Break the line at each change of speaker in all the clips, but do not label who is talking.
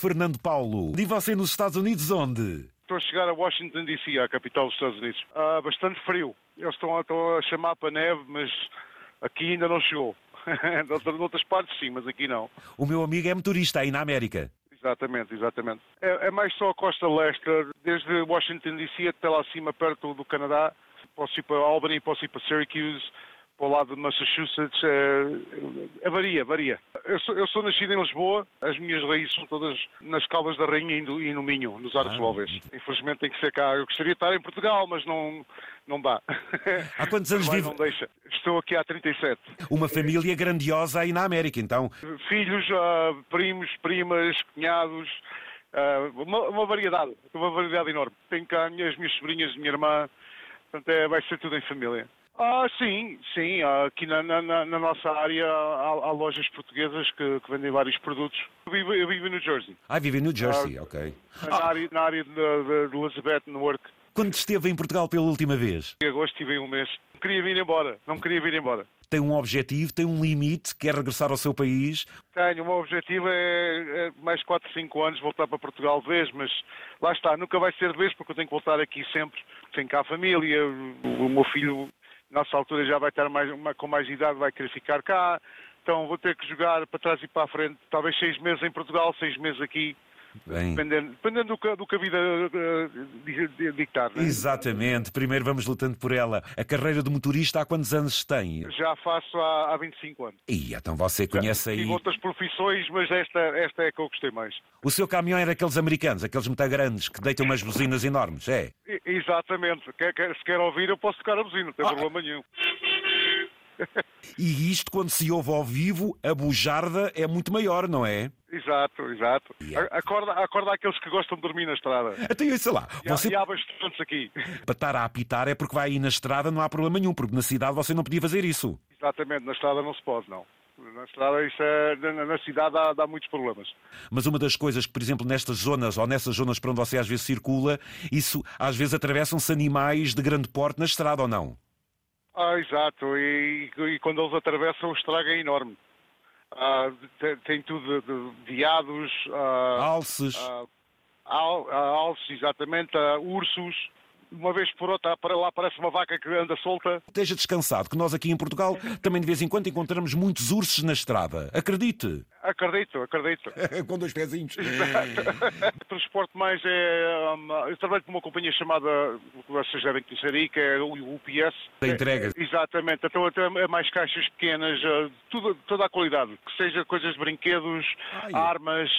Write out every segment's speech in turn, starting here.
Fernando Paulo, e você nos Estados Unidos onde?
Estou a chegar a Washington DC, a capital dos Estados Unidos. Há bastante frio. Eles estão, estão a chamar para neve, mas aqui ainda não chegou. Noutras noutras partes sim, mas aqui não.
O meu amigo é motorista aí na América.
Exatamente, exatamente. É, é mais só a costa leste, desde Washington DC até lá acima, perto do Canadá. Posso ir para Albany, posso ir para Syracuse, para o lado de Massachusetts. É, é varia, varia. Eu sou, eu sou nascido em Lisboa, as minhas raízes são todas nas Caldas da Rainha e no, e no Minho, nos Arcos
Ah.
Móveis. Infelizmente tem que ser cá. Eu gostaria de estar em Portugal, mas não, não dá.
Há quantos anos
Vai,
vive
não deixa. Estou aqui há 37.
uma família grandiosa aí na América, então?
filhos, ah, primos, primas, cunhados, ah, uma, uma variedade, uma variedade enorme. Tenho cá as minhas, as minhas sobrinhas, a minha irmã, portanto é, vai ser tudo em família. Ah, sim, sim, ah, aqui na, na- na- na nossa área há, há lojas portuguesas que, que vendem vários produtos. Eu vivo, eu vivo em New Jersey,
Ah, vive em New Jersey, ok.
na
Ah.
área, na área de, de, de Elizabeth, Newark.
Quando esteve em Portugal pela última vez?
Em agosto estive um mês. Não queria vir embora, não queria vir embora.
Tem um objetivo, tem um limite, quer regressar ao seu país.
Tenho, o meu objetivo é, é mais 4, 5 anos voltar para Portugal de vez, mas lá está, nunca vai ser de vez porque eu tenho que voltar aqui sempre. Tenho cá a família, o, o meu filho, nessa altura, já vai estar mais, uma- com mais idade, vai querer ficar cá. Então vou ter que jogar para trás e para a frente, talvez seis meses em Portugal, seis meses aqui,
Bem,
dependendo, dependendo do, que, do que a vida eh, di- di- dictar. né?
exatamente. Primeiro vamos lutando por ela. A carreira de motorista há quantos anos tem?
Já faço há, há 25 anos.
E então você conhece aí.
Tive outras profissões, mas esta, esta é a que eu gostei mais.
O seu caminhão era aqueles americanos, aqueles muito grandes, que deitam umas buzinas enormes, é?
E- Exatamente. Quer- quer- se quer ouvir, eu posso tocar a buzina, não tem problema nenhum.
E isto, quando se ouve ao vivo, a bujarda é muito maior, não é?
Exato, exato.
Yeah.
A- Acorda, acorda aqueles que gostam de dormir na estrada.
Até sei lá,
E há-
você
E há bastantes aqui.
para estar a apitar é porque vai aí na estrada, não há problema nenhum, porque na cidade você não podia fazer isso.
Exatamente, na estrada não se pode, não. Na estrada, isso é, na, na- na cidade há, dá muitos problemas.
Mas uma das coisas que, por exemplo, nestas zonas ou nessas zonas para onde você às vezes circula, isso às vezes atravessam-se animais de grande porte na estrada ou não?
Ah, exato. E, e quando eles atravessam, o estrago é enorme. Ah, tem, tem tudo de, de veados, ah,
Alces.
Ah, al- ah, alces, exatamente, ah, ursos. Uma vez por outra, para lá parece uma vaca que anda solta.
Esteja descansado, que nós aqui em Portugal também de vez em quando encontramos muitos ursos na estrada. Acredite!
Acredito, acredito.
Com dois pezinhos.
O transporte mais é. hum, eu trabalho com uma companhia chamada, que vocês devem conhecer aí, que é o UPS.
Da entrega.
É, exatamente. Então até é mais caixas pequenas, ah, tudo, toda a qualidade. Que seja coisas de brinquedos,
Ai. é.
armas,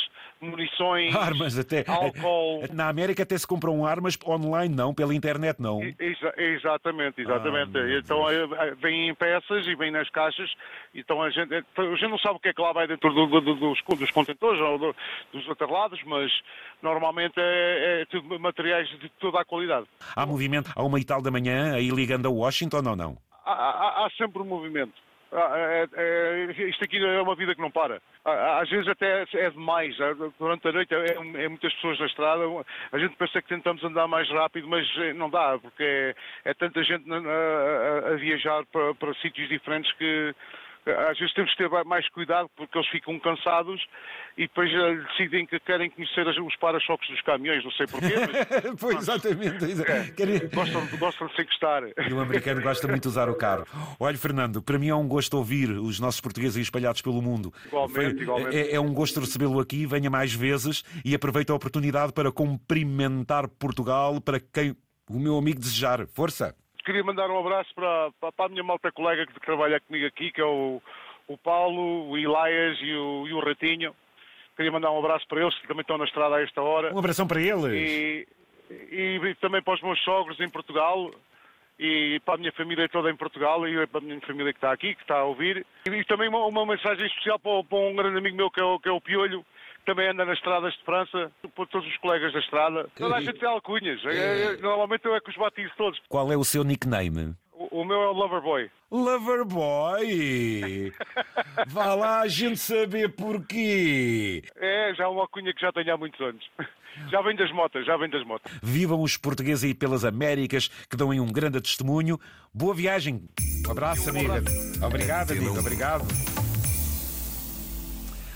munições,
Armas assim. até.
álcool.
Na América até se compram armas online, não, pela internet não.
E- exa- exatamente, exatamente.
Ah, meu
então eh, eh, vêm em peças e vêm nas caixas, então a gente, eh, a gente não sabe o que é que lá vai dentro do- do- do- dos, co- dos contentores ou do- dos atarlados, mas normalmente é, é tudo materiais de toda a qualidade.
Há movimento a uma e tal da manhã, aí ligando a Washington ou não?
Há, há- há sempre um movimento. Há- é- é- isto aqui é uma vida que não para. Há- Às vezes até é demais. Durante a noite é, é muitas pessoas na estrada. A gente pensa que tentamos andar mais rápido, mas eh, não dá, porque é, é tanta gente na- na- a, a viajar para, para sítios diferentes que às vezes temos que ter mais cuidado porque eles ficam cansados e depois eh, decidem que querem conhecer as- os para-choques dos caminhões, não sei porquê, mas
pois, exatamente. Quer-
gostam, gostam de se encostar.
E o americano gosta muito de usar o carro. Olha, Fernando, para mim é um gosto ouvir os nossos portugueses aí espalhados pelo mundo.
Igualmente, igualmente.
É, é um gosto recebê-lo aqui, venha mais vezes e aproveito a oportunidade para cumprimentar Portugal para quem o meu amigo desejar. Força!
Queria mandar um abraço para, para, para a minha malta colega que trabalha comigo aqui, que é o, o Paulo, o Elias e o, e o Ratinho. Queria mandar um abraço para eles, que também estão na estrada a esta hora.
Um abração para eles!
E, e, e também para os meus sogros em Portugal, e para a minha família toda em Portugal, e para a minha família que está aqui, que está a ouvir. E, e também uma, uma mensagem especial para, o- para um grande amigo meu, que é, o, que é o Piolho, que também anda nas estradas de França, para todos os colegas da estrada. Toda a gente tem alcunhas. É- é- Normalmente eu é que os batizo todos.
Qual é o seu nickname?
O, o meu é o Loverboy.
Loverboy! Vá lá a gente saber porquê!
É, já é uma alcunha que já tenho há muitos anos. Já vem das motas, já vem das motas.
Vivam os portugueses aí pelas Américas, que dão aí um grande testemunho. Boa viagem. Um abraço, amiga. Obrigado, amigo. Obrigado.